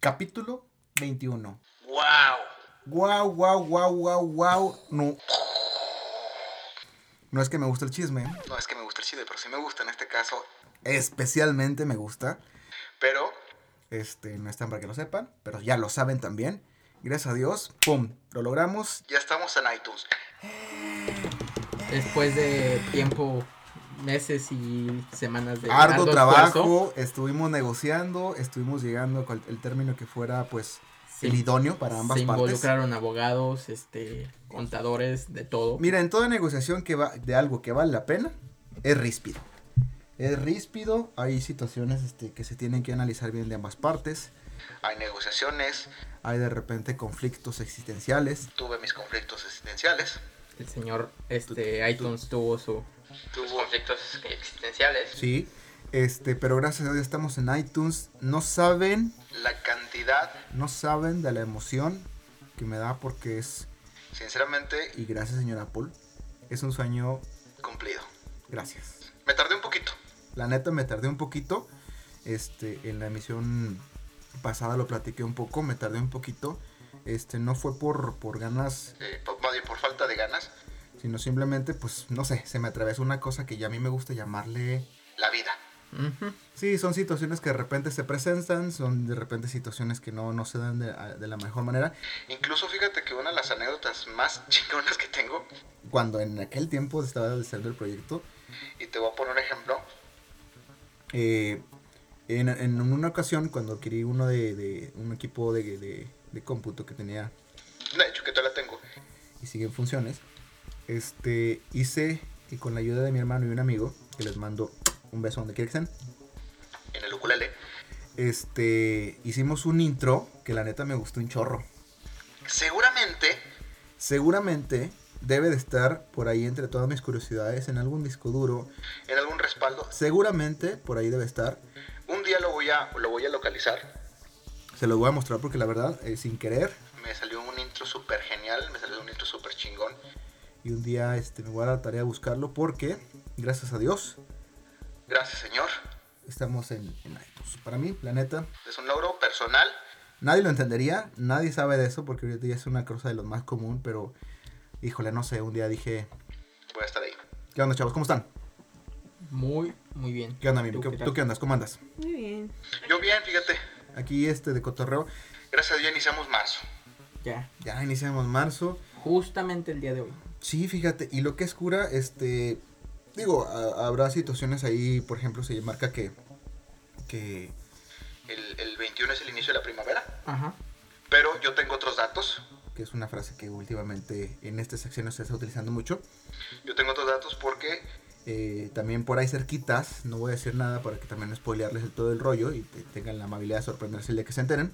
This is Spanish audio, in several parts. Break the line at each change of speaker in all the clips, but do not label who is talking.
Capítulo 21.
¡Wow!
Guau, guau, guau, guau, guau. No. No es que me guste el chisme.
No es que me gusta el chisme, pero sí me gusta en este caso.
Especialmente me gusta.
Pero
Este, no están para que lo sepan, pero ya lo saben también. Gracias a Dios. ¡Pum! Lo logramos.
ya estamos en iTunes.
Después de tiempo, meses y semanas de
Arduo
esfuerzo,
trabajo. Estuvimos negociando. Estuvimos llegando al el término que fuera, pues,
se-
el idóneo para ambas
se
partes.
involucraron abogados, este, contadores, de todo.
Mira, en toda negociación que va de algo que vale la pena, es ríspido. Es ríspido, hay situaciones este, que se tienen que analizar bien de ambas partes.
Hay negociaciones,
Hay de repente conflictos existenciales.
tuve mis conflictos existenciales.
El señor este, iTunes tuvo su, sus conflictos existenciales.
Sí. Este, pero gracias a Dios estamos en iTunes. No saben,
La cantidad,
no saben de la emoción que me da porque es,
sinceramente,
y gracias señor Apple, es un sueño,
cumplido.
gracias.
Me tardé un poquito.
La neta me tardé un poquito. Este, en la emisión pasada lo platiqué un poco, me tardé un poquito. Este, no fue por, por ganas,
eh, por, más bien por falta de ganas.
sino simplemente, pues, no sé, se me atravesó una cosa que ya a mí me gusta llamarle...
La vida.
Ujú.
Sí, son situaciones que de repente se presentan, son de repente situaciones que no, no se dan de, a- de la mejor manera.
Incluso fíjate que una de las anécdotas más chingonas que tengo,
Cuando en aquel tiempo estaba desarrollando el proyecto,
y te voy a poner un ejemplo,
eh, en, en una ocasión cuando adquirí uno de, de- un equipo de, de- de cómputo que tenía
de hecho que todavía la tengo,
y sigue en funciones, este, hice, y con la ayuda de mi hermano y un amigo, que les mando un beso donde quiera que estén,
en el ukulele.
este, hicimos un intro que la neta me gustó un chorro.
Seguramente
Seguramente debe de estar por ahí entre todas mis curiosidades en algún disco duro.
en algún respaldo,
Seguramente por ahí debe estar.
un día lo voy a, lo voy a localizar.
Se los voy a mostrar porque la verdad, eh, sin querer.
Me salió un intro súper genial, me salió un intro súper chingón.
Y un día este, me voy a dar la tarea de buscarlo porque, gracias a Dios,
Gracias, señor.
estamos en, en iTunes. Para mí, la neta,
Es un logro personal.
nadie lo entendería. Nadie sabe de eso porque ahorita ya es una cosa de los más común. Pero, híjole, no sé. Un día dije,
Voy a estar ahí.
¿qué onda, chavos? ¿Cómo están?
Muy, muy bien.
¿Qué onda, amigo?
¿Tú
¿Qué-
qué tal?
¿Tú qué andas? ¿Cómo andas?
Muy bien.
Yo bien, fíjate.
Aquí este de cotorreo.
Gracias a Dios iniciamos marzo.
Ya,
Ya iniciamos marzo.
justamente el día de hoy.
Sí, fíjate, y lo que es cura, este, digo, a- habrá situaciones ahí, por ejemplo, se marca que, que,
El, el 21 es el inicio de la primavera.
Ajá.
Pero yo tengo otros datos.
que es una frase que últimamente en este sexenio se está utilizando mucho.
Yo tengo otros datos porque
Eh, también por ahí cerquitas, no voy a decir nada para que también no spoilearles el- todo el rollo y te- tengan la amabilidad de sorprenderse el día que se enteren.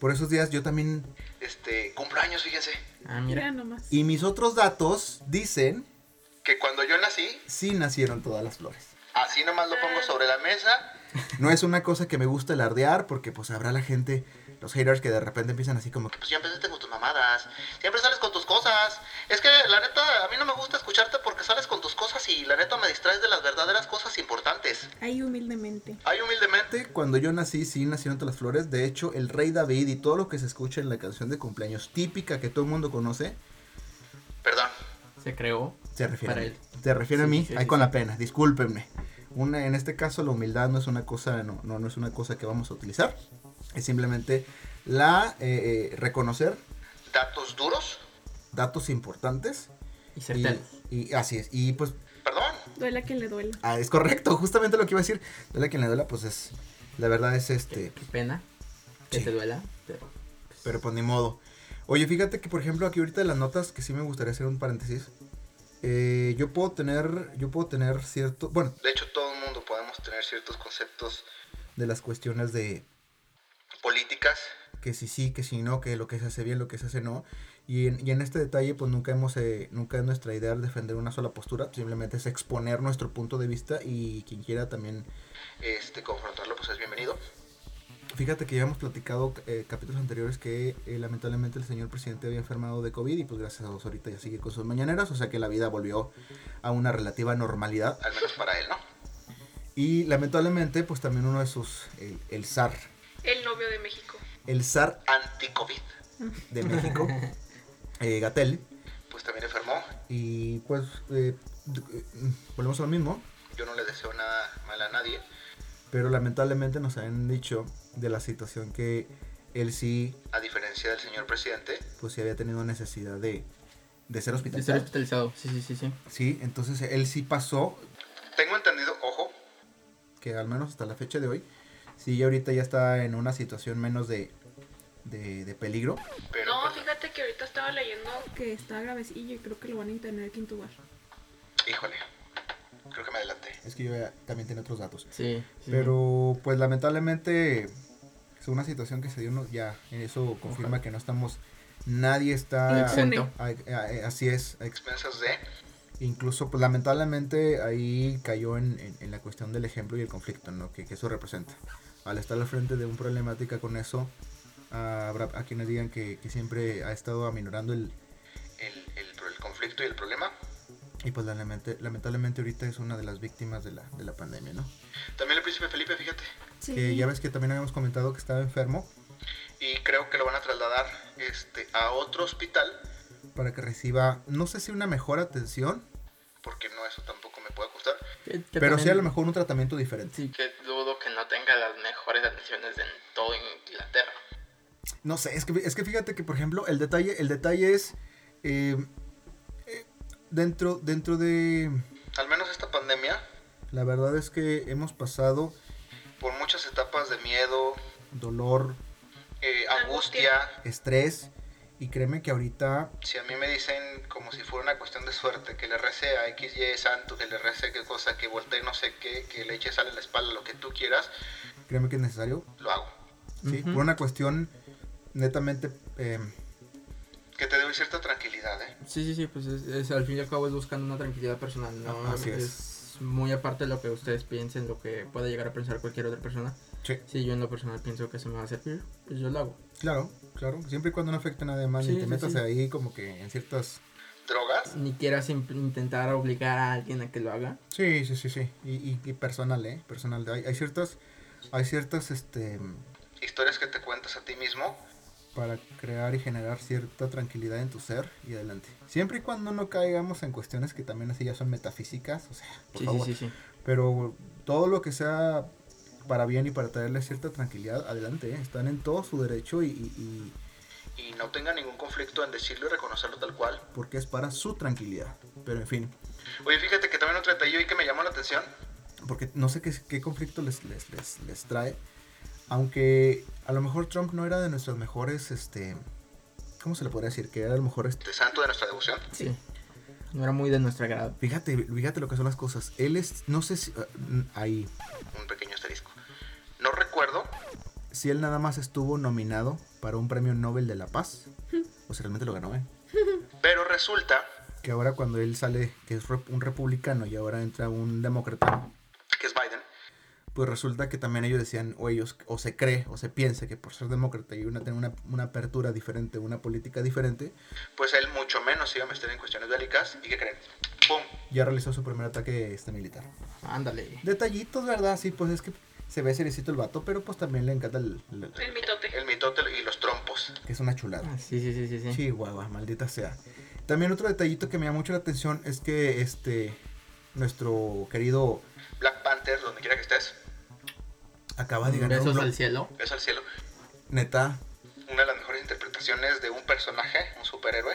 Por esos días yo también,
este cumpleaños, fíjense,
Ah, mira.
Mira, nomás.
y mis otros datos dicen,
que cuando yo nací,
sí nacieron todas las flores.
así nomás lo pongo sobre la mesa.
No es una cosa que me gusta alardear porque pues habrá la gente, los haters que de repente empiezan así como que...
Pues siempre empezaste con tus mamadas, siempre sales con tus cosas. Es que la neta, a mí no me gusta escucharte porque sales con tus cosas y la neta me distraes de las verdaderas cosas importantes.
Ahí humildemente.
Ay, humildemente,
Realmente, cuando yo nací, sí nacieron todas las flores. De hecho, el rey David y todo lo que se escucha en la canción de cumpleaños típica que todo el mundo conoce,
perdón,
Se creó.
se refiere
Para
a mí.
él.
Se refiere a
Sí,
mí,
sí,
ahí
sí,
con
sí.
la pena, discúlpenme. Una, en este caso, la humildad no es una cosa, no, no, no es una cosa que vamos a utilizar. Es simplemente la eh, eh, reconocer
datos duros,
datos importantes.
Y
Y,
certero.
y así es. Y pues
perdón,
Duela que le duela.
ah, es correcto, justamente lo que iba a decir. Duele a quien le duela, pues es. La verdad es este.
Qué, qué pena que
Sí.
te duela, pero
Pero pues ni modo. Oye, fíjate que por ejemplo aquí ahorita de las notas, que sí me gustaría hacer un paréntesis. eh, yo puedo tener, yo puedo tener cierto, bueno,
De hecho, todo el mundo podemos tener ciertos conceptos
de las cuestiones de
políticas.
que si sí, que si no, que lo que se hace bien, lo que se hace no. Y en, y en este detalle, pues nunca hemos, eh, nunca es nuestra idea defender una sola postura, simplemente es exponer nuestro punto de vista y quien quiera también.
Este, confrontarlo, pues es bienvenido.
Fíjate que ya hemos platicado eh, capítulos anteriores que eh, lamentablemente el señor presidente había enfermado de COVID y pues gracias a Dios ahorita ya sigue con sus mañaneras, o sea que la vida volvió a una relativa normalidad.
Al menos para él, ¿no?
Y lamentablemente, pues también uno de sus, el, el zar
El novio de México.
El zar
Anti-COVID.
de México, eh, Gatel,
Pues también enfermó.
y pues eh, d- eh, volvemos a lo mismo,
Yo no le deseo nada mal a nadie.
pero lamentablemente nos han dicho de la situación que él sí,
A diferencia del señor presidente.
pues sí había tenido necesidad de, de ser
De ser
hospitalizado.
hospitalizado. Sí, sí, sí, sí.
Sí, entonces él sí pasó,
Tengo entendido, ojo,
que al menos hasta la fecha de hoy, sí ya ahorita ya está en una situación menos de, de, de peligro.
pero... pues,
No, fíjate que ahorita estaba leyendo.
Que está gravecillo y creo que lo van a tener que intubar.
Híjole. Creo que me adelanté.
Es que yo ya también tenía otros datos.
Sí. sí.
Pero pues lamentablemente es una situación que se dio no- ya. Eso confirma que no estamos, nadie está...
Exento.
a- a- eh, así es, a ex-
Expensas de...
incluso pues lamentablemente ahí cayó en, en- en la cuestión del ejemplo y el conflicto, ¿no? Que, que eso representa. Al estar al frente de una problemática con eso, ah, habrá a quienes digan que, que siempre ha estado aminorando el...
El, el, el conflicto y el problema.
Y pues lamentablemente, lamentablemente ahorita es una de las víctimas de la, de la pandemia, ¿no?
También el príncipe Felipe, fíjate.
Sí.
Que ya ves que también habíamos comentado que estaba enfermo
Y creo que lo van a trasladar este, a otro hospital.
para que reciba, no sé si una mejor atención,
Porque no, eso tampoco me puede costar.
Que- que
pero sí a lo
también-
mejor un tratamiento diferente.
Sí,
Que dudo que no tenga las mejores atenciones en todo Inglaterra.
No sé, es que, es que fíjate que, por ejemplo, el detalle, el detalle es eh, eh, dentro, dentro de.
Al menos esta pandemia,
La verdad es que hemos pasado
por muchas etapas de miedo,
dolor,
eh,
Angustia.
angustia.
estrés, y créeme que ahorita
Si a mí me dicen como si fuera una cuestión de suerte, que le rece a XY santo, que le rece qué cosa, que voltee no sé qué, que le eche sal en la espalda, lo que tú quieras,
créeme que es necesario,
lo hago.
¿sí?
Ujú.
Por una cuestión netamente. eh,
Que te debe cierta tranquilidad, ¿eh?
sí, sí, sí, pues es, es- al fin y al cabo es buscando una tranquilidad personal, ¿no?
Ah, así es.
Es muy aparte de lo que ustedes piensen, lo que pueda llegar a pensar cualquier otra persona.
sí,
Si yo en lo personal pienso que se me va a servir, pues yo lo hago.
claro, claro. Siempre y cuando no afecte a nadie más,
Sí,
ni te
sí,
metas
sí.
ahí como que en ciertas
Drogas.
Ni quieras imp- intentar obligar a alguien a que lo haga.
Sí, sí, sí, sí. Y, y, y personal, ¿eh? Personal. Hay, hay ciertas, hay ciertas, este,
Historias que te cuentas a ti mismo.
para crear y generar cierta tranquilidad en tu ser y adelante. Siempre y cuando no caigamos en cuestiones que también así ya son metafísicas, o sea, por
Sí, sí,
favor.
sí, sí.
Pero todo lo que sea para bien y para traerle cierta tranquilidad, adelante, ¿eh? Están en todo su derecho y, y- y
Y no tenga ningún conflicto en decirlo y reconocerlo tal cual.
porque es para su tranquilidad. Pero en fin,
Oye, fíjate que también otro detalle hoy que me llamó la atención.
porque no sé qué, qué conflicto les, les, les, les trae. Aunque a lo mejor Trump no era de nuestros mejores, este, ¿cómo se le podría decir? Que era a lo mejor, este,
de santo de nuestra devoción.
Sí. No era muy de nuestro agrado.
fíjate, fíjate lo que son las cosas. Él es, no sé si, ah, mm, ahí,
Un pequeño asterisco. No recuerdo
si él nada más estuvo nominado para un premio Nobel de la Paz, o sea, realmente lo ganó, ¿eh?
Pero resulta
Que ahora cuando él sale, que es rep- un republicano y ahora entra un demócrata,
que es Biden.
pues resulta que también ellos decían, o ellos, o se cree, o se piensa que por ser demócrata y una, tener una, una apertura diferente, una política diferente,
Pues él mucho menos se iba a meter en cuestiones bélicas. ¿Y qué creen? ¡Pum!
ya realizó su primer ataque este militar.
Ándale.
Detallitos, ¿verdad? Sí, pues es que se ve cerecito el vato, pero pues también le encanta el, el-
El mitote.
El mitote y los trompos.
que es una chulada.
Ah, sí, sí, sí, sí, sí.
Chihuahua, maldita sea. También otro detallito que me llama mucho la atención es que este nuestro querido
Black Panther, donde quiera que estés.
acaba de ganar un
Besos
Glo-
al cielo.
Es al cielo.
neta
Una de las mejores interpretaciones de un personaje, un superhéroe.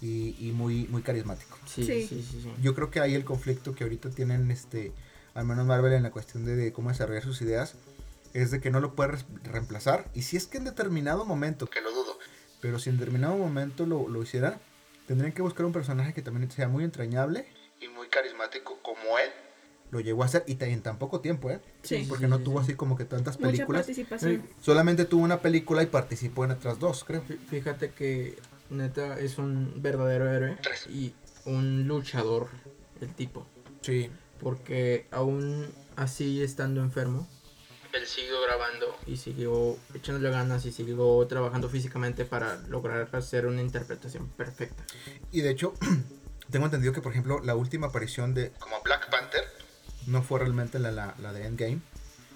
y, y muy muy carismático.
Sí, sí,
Sí.
sí, sí.
Yo creo que ahí el conflicto que ahorita tienen este al menos Marvel en la cuestión de, de cómo desarrollar sus ideas es de que no lo puede res- reemplazar y si es que en determinado momento,
Que lo dudo.
pero si en determinado momento lo, lo hicieran, tendrían que buscar un personaje que también sea muy entrañable.
Y muy carismático como él.
Lo llegó a hacer y ta- en tan poco tiempo, ¿eh?
Sí.
Porque no
sí,
tuvo
sí.
así como que tantas
Mucha
películas.
participación.
Solamente tuvo una película y participó en otras dos, creo.
Fí- Fíjate que neta es un verdadero héroe
Tres.
y un luchador el tipo.
Sí.
Porque aún así estando enfermo
Él siguió grabando.
y siguió echándole ganas y siguió trabajando físicamente para lograr hacer una interpretación perfecta.
Y de hecho, tengo entendido que, por ejemplo, la última aparición de...
Como Black Panther.
No fue realmente la, la, la de Endgame,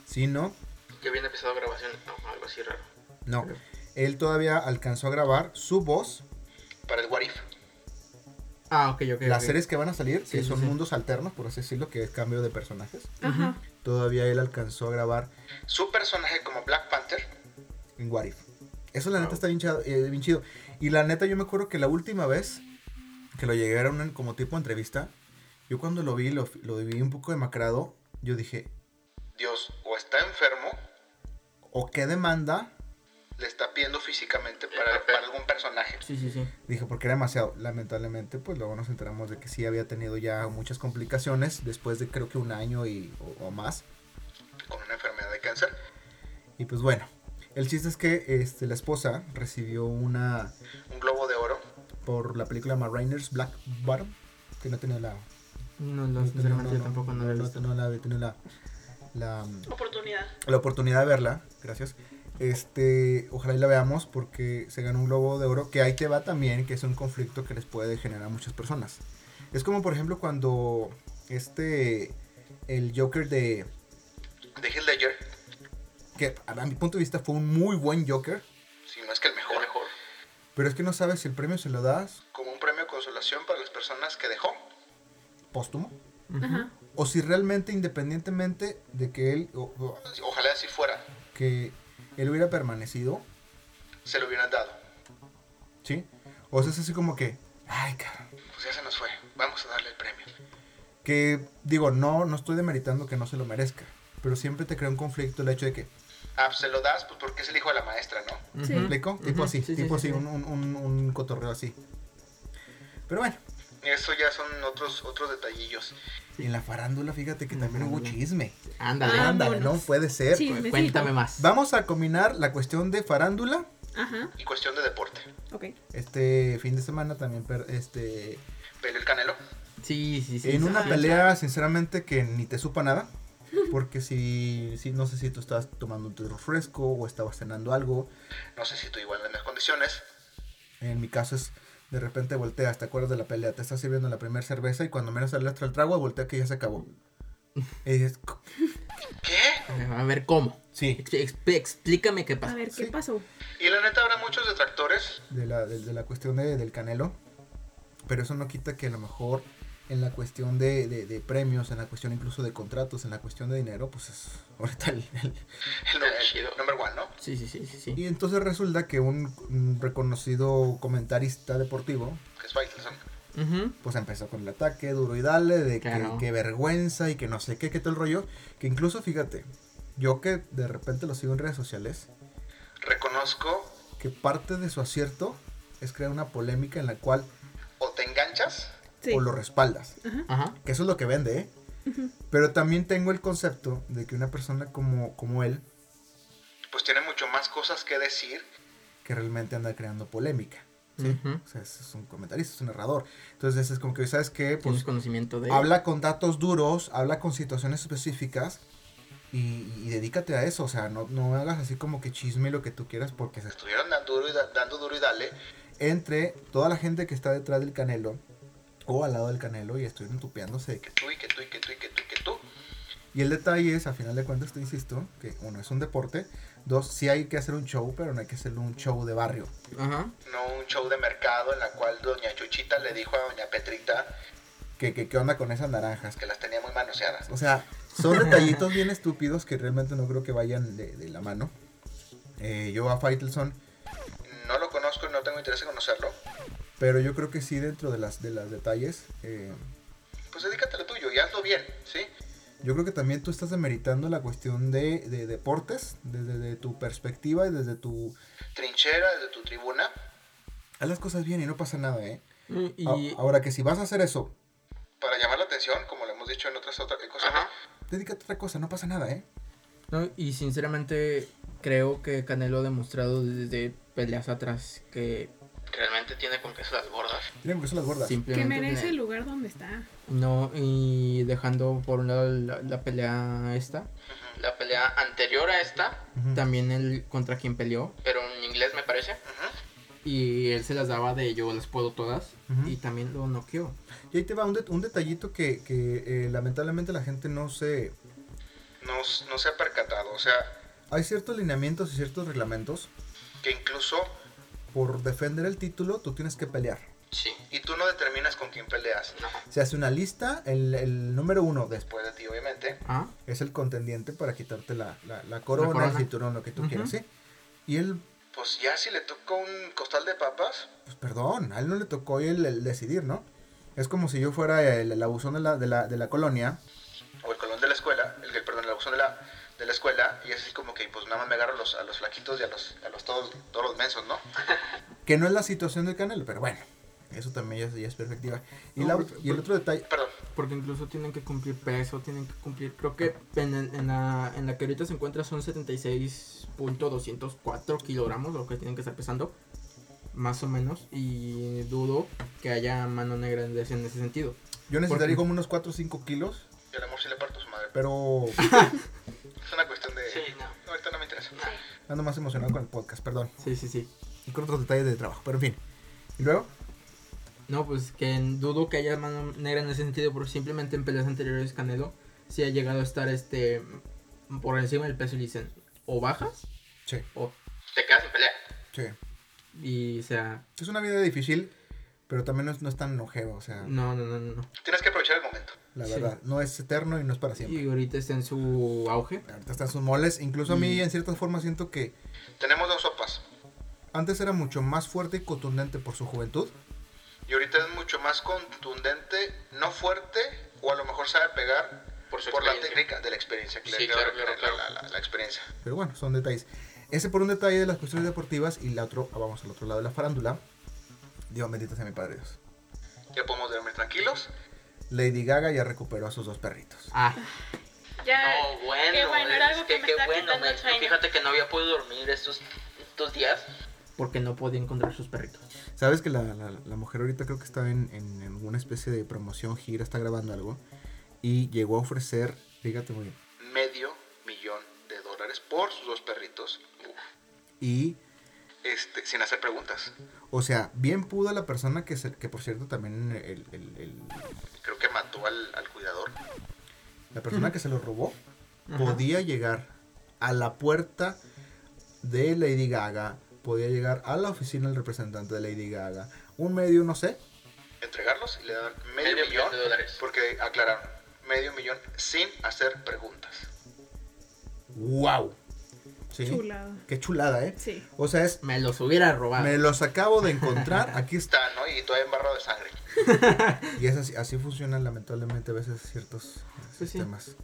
sino
ya habían empezado grabaciones, no, algo así raro.
No, él todavía alcanzó a grabar su voz.
para el Warif.
Ah, ok, ok.
Las
ok.
series que van a salir,
Sí,
que
sí,
son
sí.
mundos alternos, por así decirlo, que es cambio de personajes.
Ajá.
Todavía él alcanzó a grabar
Su personaje como Black Panther.
en What If. Eso la neta
Wow.
está bien chado- eh, bien chido, Y la neta yo me acuerdo que la última vez que lo llegué a ver en una- como tipo entrevista, yo cuando lo vi, lo, lo vi un poco demacrado, yo dije,
Dios o está enfermo,
¿o qué demanda?
le está pidiendo físicamente para, para algún personaje.
Sí, sí, sí.
Dije, porque era demasiado. Lamentablemente, pues luego nos enteramos de que sí había tenido ya muchas complicaciones después de creo que un año y, o- o más.
Con una enfermedad de cáncer.
Y pues bueno, el chiste es que este, la esposa recibió una
Un globo de oro.
por la película Mariners Black Bottom, que no tenía la...
No, no,
no-
sinceramente
no-
yo tampoco
no-
no, lo he
no-
visto.
no la había tenido la, la,
Oportunidad.
la oportunidad de verla, gracias. Este, ojalá y la veamos porque se ganó un globo de oro, que ahí te va también, que es un conflicto que les puede generar a muchas personas. Es como por ejemplo cuando este, el Joker de,
De Heath Ledger.
que a a mi punto de vista fue un muy buen Joker,
Si no es que el
El
mejor.
mejor.
pero es que no sabes si el premio se lo das
Como un premio de consolación para las personas que dejó.
póstumo,
Ujú.
Ajá.
o si realmente independientemente de que él, o- o
Ojalá así fuera.
que él hubiera permanecido,
Se lo hubieran dado.
¿sí? O sea, es así como que, ay, cabrón.
Pues ya se nos fue. Vamos a darle el premio.
Que digo, no, no estoy demeritando que no se lo merezca. Pero siempre te crea un conflicto el hecho de que.
Ah, pues se lo das, pues porque es el hijo de la maestra, ¿no?
Ujú.
¿Me explico? tipo
Ujú,
así,
sí, sí,
tipo así,
sí, sí.
Un, un- un- un cotorreo así. Pero bueno,
Eso ya son otros, otros detallillos.
y en la farándula, fíjate que
En la
también hubo
farándula.
chisme.
Ándale,
Ah,
Ándale, no
Vámonos.
puede ser.
Sí.
pues,
me
cuéntame
sigo.
más.
Vamos a combinar la cuestión de farándula.
Ajá.
Y cuestión de deporte.
Ok.
Este fin de semana también, per- este,
Pero el Canelo.
Sí, sí, sí.
en
sí,
una
sí.
pelea, sinceramente, que ni te supa nada. Porque si, si, no sé si tú estabas tomando un té refresco o estabas cenando algo.
No sé si tú igual en las condiciones.
En mi caso es, de repente volteas, te acuerdas de la pelea, te estás sirviendo la primera cerveza y cuando menos sale hasta el trago, voltea que ya se acabó. Y dices, "Co-
¿Qué?
Eh, A ver, ¿cómo?
sí,
Ex- expl- explícame qué
A
pasa.
ver, ¿qué
Sí.
pasó?
Y la neta habrá muchos detractores.
de la, de, de la cuestión de- del canelo. Pero eso no quita que a lo mejor en la cuestión de, de- de premios, en la cuestión incluso de contratos, en la cuestión de dinero, pues es ahorita el- el,
El, el
chido.
number one, ¿no?
Sí, sí, sí, sí, sí.
Y entonces resulta que un, un reconocido comentarista deportivo,
Que es Faitelson.
Ujú.
pues empezó con el ataque duro y dale, de que,
Claro.
que vergüenza y que no sé qué, que todo el rollo. Que incluso, fíjate, yo que de repente lo sigo en redes sociales,
Reconozco
que parte de su acierto es crear una polémica en la cual
o te enganchas
Sí.
o lo respaldas.
Ajá.
Ajá.
Que eso es lo que vende, ¿eh?
Ujú.
Pero también tengo el concepto de que una persona como, como él,
pues tiene mucho más cosas que decir.
que realmente anda creando polémica.
Ujú.
O sea, es es un comentarista, es un narrador. Entonces es como que, ¿sabes qué? Pues
Tienes conocimiento de...
habla con datos duros, habla con situaciones específicas y, y dedícate a eso. O sea, no, no hagas así como que chisme lo que tú quieras porque se-
Estuvieron dando duro y, da- dando duro y dale.
entre toda la gente que está detrás del canelo o al lado del canelo y estuvieron tupeándose. de
Que
que-
tú y que tú y que tú y que tú y que tú.
Y el detalle es, a final de cuentas, te insisto, que uno es un deporte, dos, sí hay que hacer un show, pero no hay que hacerlo un show de barrio.
Ajá.
No un show de mercado en la cual doña Chuchita le dijo a doña Petrita
Que, que, ¿Qué onda con esas naranjas?
que las tenía muy manoseadas.
O sea, son detallitos bien estúpidos que realmente no creo que vayan de, de la mano. Eh, yo a Faitelson
No lo conozco y no tengo interés en conocerlo.
Pero yo creo que sí, dentro de las de los detalles, eh,
Pues dedícate a lo tuyo y hazlo bien, ¿sí?
yo creo que también tú estás demeritando la cuestión de, de deportes, desde de tu perspectiva y desde tu...
Trinchera desde tu tribuna.
Haz las cosas bien y no pasa nada, ¿eh?
Mm, Y...
A- Ahora que si vas a hacer eso,
Para llamar la atención, como lo hemos dicho en otras otras cosas.
Ajá.
dedícate a otra cosa, no pasa nada, ¿eh?
No, y sinceramente creo que Canelo ha demostrado desde peleas atrás que
Realmente tiene con queso las gordas.
Tienen que son las gordas.
Que
simplemente...
merece el lugar donde está.
No, y dejando por un lado la, la pelea esta,
Ujú,
La pelea anterior a esta,
Ujú.
también el contra quien peleó,
pero en inglés me parece.
ujú.
y él se las daba de yo las puedo todas,
Ujú.
y también lo noqueó.
Y ahí te va un, det- un detallito que, que, eh, lamentablemente la gente no se...
No, s- no se ha percatado. O sea,
hay ciertos lineamientos y ciertos reglamentos.
Que incluso,
Por defender el título, tú tienes que pelear.
Sí.
y tú no determinas con quién peleas.
No.
Se hace una lista, el, el número uno después
Después de ti, obviamente.
Ah,
es el contendiente para quitarte la, la- la corona, el
corona.
cinturón, lo que tú
Ujú.
quieras, ¿sí? Y él,
Pues ya si le toca un costal de papas,
pues perdón, a él no le tocó el, el decidir, ¿no? Es como si yo fuera el, el abusón de la, de la- de la colonia
o el colón de la escuela, el, el- perdón, el abusón de la, de la escuela, y es así como que pues nada más me agarro a los, a los flaquitos y a los, a los todos, todos los mensos, ¿no?
Que no es la situación del Canelo, pero bueno, eso también ya es, ya es perspectiva. Y,
No,
la-
pero-
y el otro detalle,
Perdón.
porque incluso tienen que cumplir peso, tienen que cumplir, creo que en, en la, en la que ahorita se encuentra son 76.204 kilogramos lo que tienen que estar pesando, más o menos, y dudo que haya mano negra en ese, en ese sentido.
yo necesitaría
Porque-
como unos 4 o 5 kilos,
Y el amor sí le parto a su madre.
pero
Es una cuestión de...
Sí, no.
No, ahorita no me interesa.
ando más emocionado con el podcast, perdón.
Sí, sí, sí.
Y con otros detalles de trabajo, pero en fin. Y luego,
No, pues que en- dudo que haya mano negra en ese sentido, porque simplemente en peleas anteriores Canelo sí ha llegado a estar este por encima del peso y le dicen o bajas
sí,
o
Te quedas sin pelea.
sí.
y o sea
Es una vida difícil, pero también no es, no es tan ojero, o sea,
no no no no, no.
Tienes que aprovechar el momento.
la
sí.
verdad, no es eterno y no es para
y
siempre.
ahorita está en su auge
Ahorita están sus moles, incluso a mí
Y-
en cierta forma siento que
Tenemos dos sopas.
antes era mucho más fuerte y contundente por su juventud.
Y ahorita es mucho más contundente, no fuerte, o a lo mejor sabe pegar
Por su
por la
experiencia.
técnica de la experiencia. que le-
Sí,
que-
claro,
que-
claro,
la-
claro.
La, la- la experiencia.
Pero bueno, son detalles. Ese por un detalle de las cuestiones deportivas y la otro, ah, vamos al otro lado de la farándula. Dios bendito sea mi padre Dios.
Ya podemos dormir tranquilos.
Lady Gaga ya recuperó a sus dos perritos.
ah
Ya.
No, bueno.
Qué bueno, era algo
es
que me estaba quitando el
me-
sueño.
Fíjate que no había podido dormir estos, estos días.
porque no podía encontrar sus perritos
Sabes que la, la- la mujer ahorita creo que está en, en, en una especie de promoción, gira, está grabando algo. Y llegó a ofrecer, fíjate muy bien,
Medio millón de dólares por sus dos perritos.
y
Este, sin hacer preguntas.
O sea, bien pudo la persona que, se- que por cierto, también el- el- el-
Creo que mató al, al cuidador.
la persona que se lo robó
Ajá.
podía llegar a la puerta de Lady Gaga, podía llegar a la oficina del representante de Lady Gaga, un medio, no sé,
Entregarlos y le daban medio, millón.
de dólares.
porque aclararon, medio millón sin hacer preguntas.
wow. ¿Sí?
Chulada.
Qué chulada, ¿eh?
Sí.
O sea, es,
me los hubiera robado
me los acabo de encontrar, aquí está.
Está, ¿no? Y todavía embarrado de sangre.
Y es así, así funcionan lamentablemente a veces ciertos
Pues sí.
sistemas.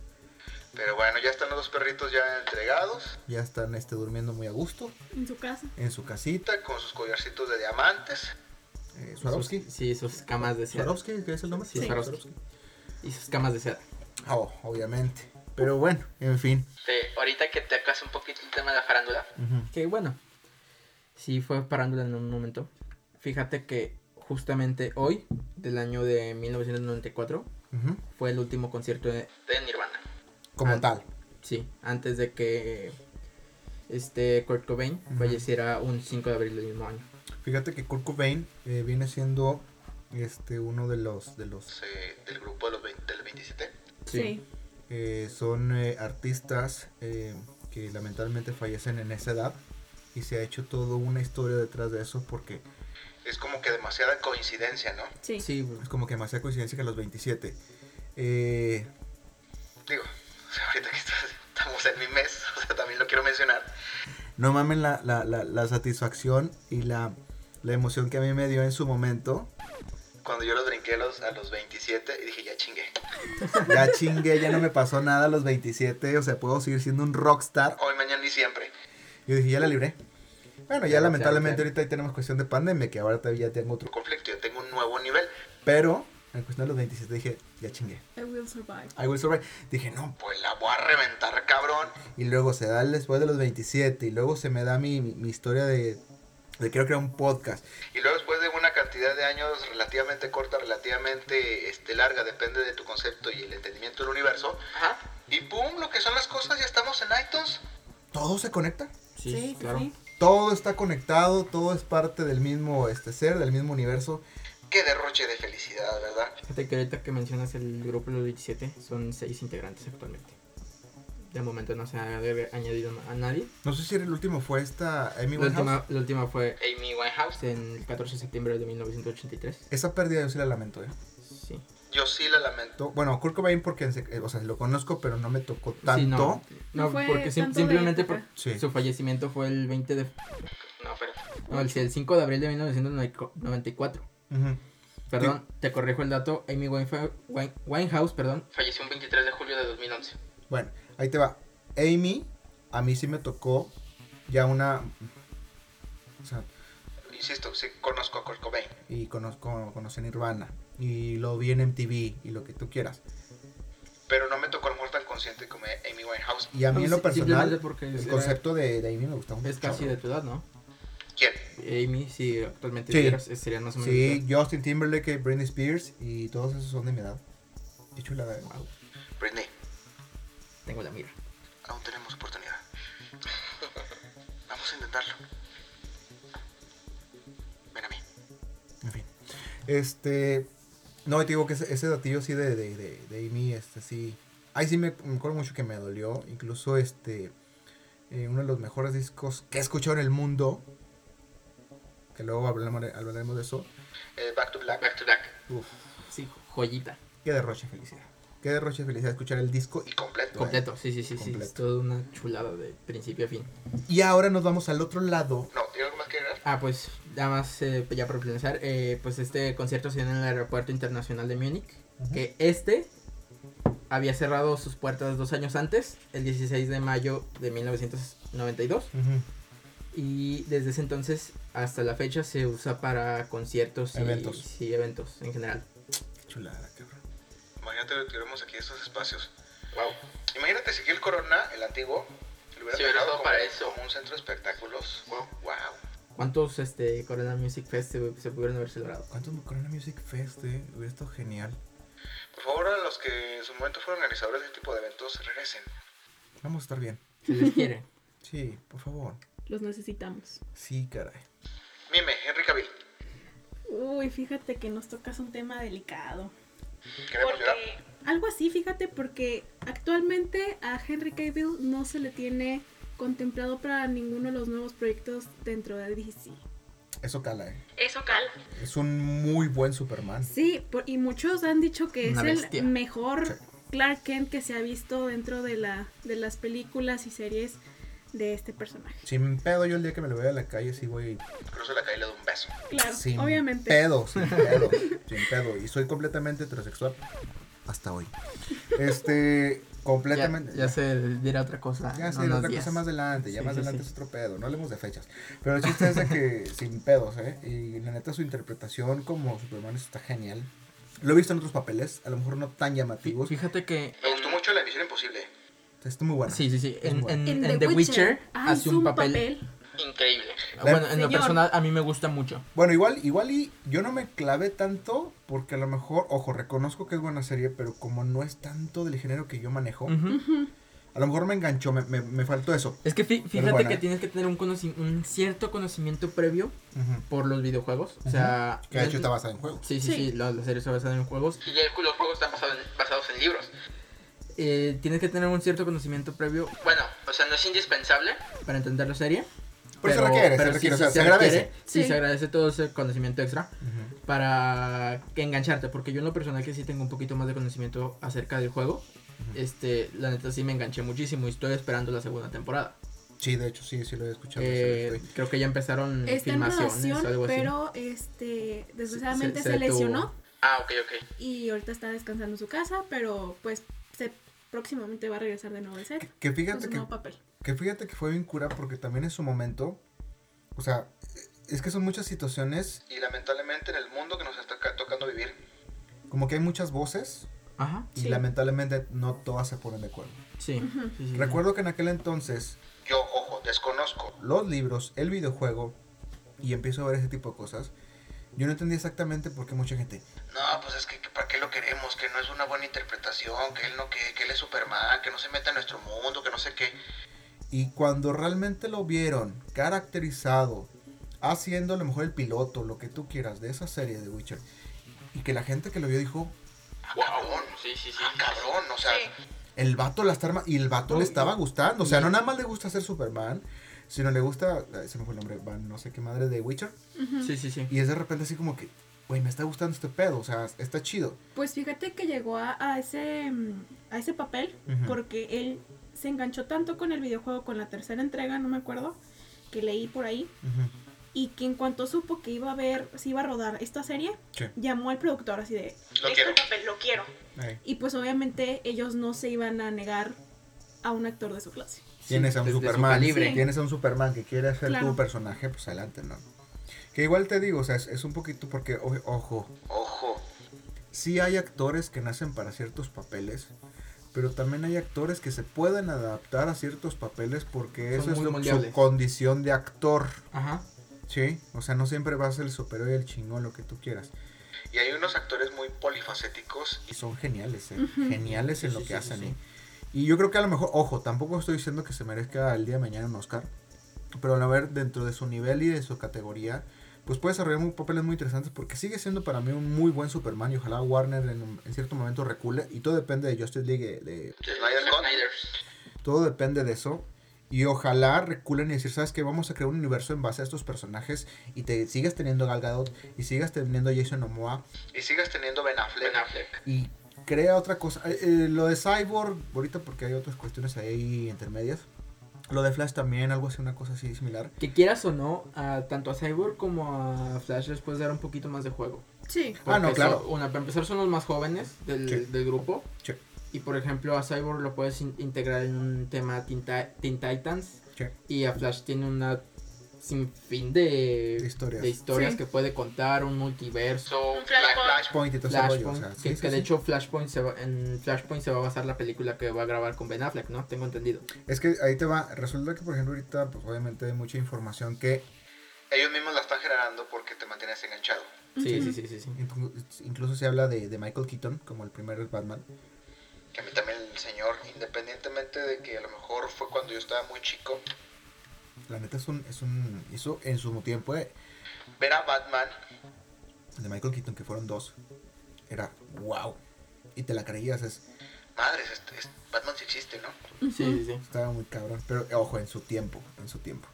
Pero bueno, ya están los dos perritos ya entregados.
Ya están este, durmiendo muy a gusto,
En su casa.
en su casita.
Con sus collarcitos de diamantes.
Eh, Swarovski.
sus, sí sus camas de seda
Swarovski, ¿qué es el nombre?
Sí, Swarovski. y sus camas de seda
Oh, obviamente. Pero bueno, en fin.
Te- ahorita que te acas un poquito el tema de la farándula.
Que bueno, sí fue parándola en un momento. Fíjate que justamente hoy, del año de 1994,
Ujú.
fue el último concierto de...
De Nirvana.
Como
Ah.
tal.
Sí, antes de que este Kurt Cobain
Ujú.
falleciera un 5 de abril del mismo año.
Fíjate que Kurt Cobain eh, viene siendo este uno de los de los
eh, del grupo de los 20 del 27.
Sí.
eh, son eh, artistas eh, que lamentablemente fallecen en esa edad y se ha hecho toda una historia detrás de eso porque
Es como que demasiada coincidencia, ¿no?
Sí.
Sí,
es como que demasiada coincidencia que a los 27. Eh,
Digo, o sea, ahorita que estás- estamos en mi mes, o sea, también lo quiero mencionar.
no mamen la, la- la- la satisfacción y la, la emoción que a mí me dio en su momento.
Cuando yo los brinqué a los, a los 27 y dije, ya chingué.
Ya chingué, ya no me pasó nada a los 27, o sea, puedo seguir siendo un rockstar
Hoy, mañana y siempre.
Yo dije, ya la libré. Bueno, ya,
Ya,
lamentablemente
ya, ya.
ahorita ahí tenemos cuestión de pandemia, que ahora todavía ya tengo
Un
otro.
conflicto, yo tengo un nuevo nivel.
Pero en cuestión de los 27 dije, ya chingué.
I will survive.
I will survive. Dije, no.
Pues la voy a reventar, cabrón.
Y luego se da el después de los 27. Y luego se me da mi, mi, mi historia de, de quiero crear un podcast.
Y luego después de una cantidad de años relativamente corta, relativamente este, larga, depende de tu concepto y el entendimiento del universo.
Ajá.
Y pum, lo que son las cosas, ya estamos en iTunes.
Todo se conecta.
sí, claro.
sí.
Todo está conectado. Todo es parte del mismo este, ser, del mismo universo.
Qué derroche de felicidad, ¿verdad?
Fíjate que ahorita que mencionas el grupo de los 17, son 6 integrantes actualmente. de momento no se ha agre- añadido a nadie.
No sé si el último fue esta Amy
La
Winehouse.
última, la última fue
Amy Winehouse.
en el 14 de septiembre de 1983.
Esa pérdida yo sí la lamento, ¿eh?
Sí.
Yo sí la lamento.
To- Bueno, Kurt Cobain porque, en sec- eh, o sea, lo conozco, pero no me tocó tanto.
Sí, no,
No
no,
fue
porque sim-
tanto de
simplemente
época.
por-
Sí.
su fallecimiento fue el 20 de
No, pero.
no, el, el 5 de abril de 1994.
Ujú.
Perdón, te corrijo el dato. Amy Winefa- Wine- Winehouse, perdón.
Falleció un 23 de julio de 2011.
Bueno, ahí te va. Amy, a mí sí me tocó ya una... O sea,
Insisto, sí conozco a Kurt Cobain.
y conozco, conocí a Nirvana. Y lo vi en MTV y lo que tú quieras.
Pero no me tocó el amor tan consciente como Amy Winehouse.
Y a mí en lo
Sí- simplemente
personal,
porque
el
es,
concepto de, de Amy me gustaba mucho.
es casi de tu edad, ¿no?
¿Quién?
Amy, si actualmente
Sí.
estuvieras, eh, serían más o menos.
Sí, Justin Timberlake, Britney Spears y todos esos son de mi edad. Qué chulada. ¿eh?
Wow,
Britney.
tengo la mira.
Aún tenemos oportunidad. Vamos a intentarlo. Ven a mí.
En fin. Este. No, y te digo que ese, ese datillo sí de, de, de, de Amy, este sí. Ahí sí me, me acuerdo mucho que me dolió. Incluso este. eh, uno de los mejores discos que he escuchado en el mundo. Que luego hablaremos, de- hablaremos de eso.
Eh, Back to Black.
Back to Black.
Uf,
Sí, joyita.
qué derroche de felicidad. Qué derroche de felicidad escuchar el disco.
Y completo.
Completo, sí, sí, sí, sí.
Completo.
Es toda una chulada de principio a fin.
Y ahora nos vamos al otro lado.
No, ¿tiene algo más que agregar?
Ah, pues nada más eh, ya para finalizar, eh, pues este concierto se dio en el Aeropuerto Internacional de Múnich,
Ujú.
que este había cerrado sus puertas dos años antes, el 16 de mayo de 1992,
Ujú.
y desde ese entonces hasta la fecha se usa para conciertos y-
Eventos.
y eventos en general.
Qué chulada, cabrón.
Imagínate que tuviéramos aquí estos espacios.
Wow.
Imagínate si el Corona, el antiguo, lo hubiera
Sí, hubiera
dejado
estado para eso.
como un centro de espectáculos. Wow.
¿Cuántos este, Corona Music Fest se, se pudieron haber celebrado?
¿Cuántos Corona Music Fest, eh? Hubiera estado genial.
Por favor, a los que en su momento fueron organizadores de este tipo de eventos, regresen.
Vamos a estar bien.
Si les quiere.
Sí, por favor.
Los necesitamos.
Sí, caray.
Mime, Henry Cavill.
Uy, fíjate que nos tocas un tema delicado.
Queremos llorar.
Porque
Algo así, fíjate, porque actualmente a Henry Cavill no se le tiene contemplado para ninguno de los nuevos proyectos dentro de DC.
Eso cala, eh.
eso cala.
Es un muy buen Superman.
Sí, por- y muchos han dicho que
Una
es
bestia.
el mejor
Sí.
Clark Kent que se ha visto dentro de, la, de las películas y series de este personaje.
Sin pedo, yo el día que me lo vea en la calle sí voy.
Cruzo la calle y le doy un beso.
Claro,
sin
obviamente.
pedo, sin pedo, sin pedo. Y soy completamente heterosexual hasta hoy. Este,
Ya,
completamente.
ya se dirá otra cosa.
Ya
en
sé,
unos
otra
días.
cosa más adelante, ya
Sí,
más
sí,
adelante
sí.
es otro pedo, no hablemos de fechas. Pero el chiste es de que sin pedos, ¿eh? Y la neta su interpretación como Superman está genial. Lo he visto en otros papeles, a lo mejor no tan
Fí-
llamativos.
Fíjate que
Me
Mm.
gustó mucho la emisión imposible.
Está muy bueno.
Sí, sí, sí.
Es
En,
bueno.
en- en The Witcher,
Ay,
hace
es
un papel.
Increíble.
Bueno, en lo
Señor.
personal a mí me gusta mucho.
Bueno, igual, igual y yo no me clavé tanto porque a lo mejor, ojo, reconozco que es buena serie, pero como no es tanto del género que yo manejo,
Ujú.
Ujú.
a lo mejor me enganchó, me, me- me faltó eso.
Es que fí- fíjate
buena,
que
¿eh?
tienes que tener un, conoci- un cierto conocimiento previo
Ujú.
por los videojuegos. O sea.
Que de hecho está basada en juegos.
Sí, sí, sí,
Sí.
la, la serie está basada en juegos.
Y ya el- los juegos están basados en, basados en libros.
Eh, tienes que tener un cierto conocimiento previo
Bueno, o sea, no es indispensable.
para entender la serie.
Pero se requiere, se requiere, o sea, se agradece.
sí,
Sí.
se agradece todo ese conocimiento extra.
Ujú.
para que engancharte, porque yo en lo personal que sí tengo un poquito más de conocimiento acerca del juego, este, la neta sí me enganché muchísimo y estoy esperando la segunda temporada.
Sí, de hecho, sí, sí lo he escuchado. sí lo
Eh,
estoy-
creo que ya empezaron
Está en
filmaciones o
relación,
algo así.
pero este, desgraciadamente
Se-
se,
se detuvo.
lesionó
Ah, ok, ok.
y ahorita está descansando en su casa, pero pues se, próximamente va a regresar de nuevo al set.
Que, que
Con
fíjate
su
que,
nuevo papel.
que fíjate que fue bien cura porque también en su momento, o sea, eh, es que son muchas situaciones,
Y lamentablemente en el mundo que nos está ca- tocando vivir,
como que hay muchas voces
Ajá,
y
Sí.
lamentablemente no todas se ponen de acuerdo.
sí.
Ujú.
sí, sí, sí.
Recuerdo que en aquel entonces
yo, ojo, desconozco.
los libros, el videojuego y empiezo a ver ese tipo de cosas, yo no entendía exactamente por qué mucha gente.
No, pues es que que ¿para qué lo queremos? Que no es una buena interpretación, que él no, que, que él es Superman, que no se meta en nuestro mundo, que no sé qué.
Y cuando realmente lo vieron caracterizado, haciendo a lo mejor el piloto, lo que tú quieras, de esa serie de Witcher, y que la gente que lo vio dijo,
Wow.
Sí, sí, sí.
Ah, cabrón, o sea,
Sí.
El vato la está arma- Y el vato
No,
le
y-
estaba gustando. O sea,
y-
no nada más le gusta ser Superman, sino le gusta. ay, Se me fue el nombre. Van, no sé qué madre de Witcher.
Ujú.
Sí, sí, sí.
Y es de repente así como que. Güey, me está gustando este pedo. O sea, está chido.
Pues fíjate que llegó a, a ese, mm, a ese papel
Ujú.
porque él se enganchó tanto con el videojuego, con la tercera entrega, no me acuerdo, que leí por ahí,
Ujú.
y que en cuanto supo que iba a ver, se iba a rodar esta serie,
Sí.
llamó al productor así de...
Lo
Este
quiero.
papel lo quiero.
Ahí.
Y pues obviamente ellos no se iban a negar a un actor de su clase.
Tienes a un
de- de su
Superman.
calibre.
Sí.
Tienes a un Superman que quiere hacer
Claro.
tu personaje, pues adelante, ¿no? Que igual te digo, o sea, es, es un poquito porque, o- ojo,
Ojo.
sí hay actores que nacen para ciertos papeles, pero también hay actores que se pueden adaptar a ciertos papeles porque
Son
eso es
muy
lo- su
moldeables.
condición de actor,
Ajá.
¿sí? O sea, no siempre va a ser el superhéroe, el chingón, lo que tú quieras.
Y hay unos actores muy polifacéticos.
Y son geniales, ¿eh?
Ujú.
geniales en
Sí,
lo
sí,
que
sí,
hacen.
sí,
¿eh?
sí.
Y yo creo que a lo mejor, ojo, tampoco estoy diciendo que se merezca el día de mañana un Oscar, pero a ver, dentro de su nivel y de su categoría, pues puede desarrollar muy- papeles muy interesantes porque sigue siendo para mí un muy buen Superman y ojalá Warner en, un- en cierto momento recule y todo depende de Justice League, eh, de,
Snyder Cut.
todo depende de eso. Y ojalá reculen y decir, ¿sabes qué? Vamos a crear un universo en base a estos personajes y te sigas teniendo a Gal Gadot y sigas teniendo a Jason Momoa
Y sigas teniendo Ben Affleck.
Ben Affleck.
y crea otra cosa. Eh, eh, lo de Cyborg, ahorita porque hay otras cuestiones ahí intermedias. Lo de Flash también, algo así, una cosa así similar.
Que quieras o no, a- tanto a Cyborg como a Flash les puedes dar un poquito más de juego.
Sí.
Ah, no,
Porque
claro.
son- una, para empezar, son los más jóvenes del,
Sí.
del grupo.
Sí.
Y por ejemplo, a Cyborg lo puedes in- integrar en un tema Teen, Ti- Teen Titans.
Sí.
Y a Flash tiene una sinfín de,
De historias.
de historias
Sí.
que puede contar, un multiverso.
So,
Un flashpoint.
Point y todo ese rollo. O
Flashpoint,
sea,
que,
sí, sí,
que de
sí.
hecho Flashpoint se va, en Flashpoint se va a basar la película que va a grabar con Ben Affleck, ¿no? Tengo entendido.
Es que ahí te va. Resulta que, por ejemplo, ahorita, pues obviamente hay mucha información que
Ellos mismos la están generando porque te mantienes enganchado.
Sí,
Ujú.
sí, sí, sí, sí.
inclu- incluso se habla de, de Michael Keaton como el primer Batman.
Que a mí también el señor, independientemente de que a lo mejor fue cuando yo estaba muy chico,
La neta es un. Es un hizo en su tiempo eh,
ver a Batman,
de Michael Keaton, que fueron dos. Era wow. Y te la creías, es,
madres, este- este- Batman sí existe, ¿no?
Sí, sí, sí.
estaba muy cabrón. Pero ojo, en su tiempo, en su tiempo.